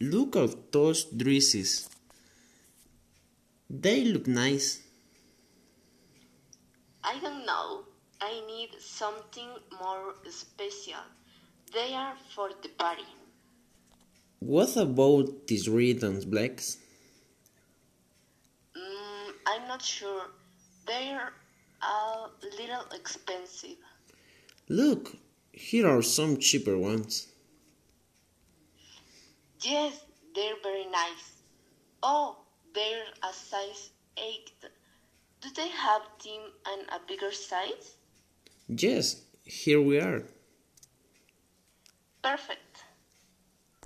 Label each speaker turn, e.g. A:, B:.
A: Look at those dresses. They look nice.
B: I don't know. I need something more special. They are for the party.
A: What about these red and blacks?
B: Mm, I'm not sure. They're a little expensive.
A: Look, here are some cheaper ones.
B: Yes, they're very nice. Oh, they're a size 8. Do they have them and a bigger size?
A: Yes, here we are.
B: Perfect.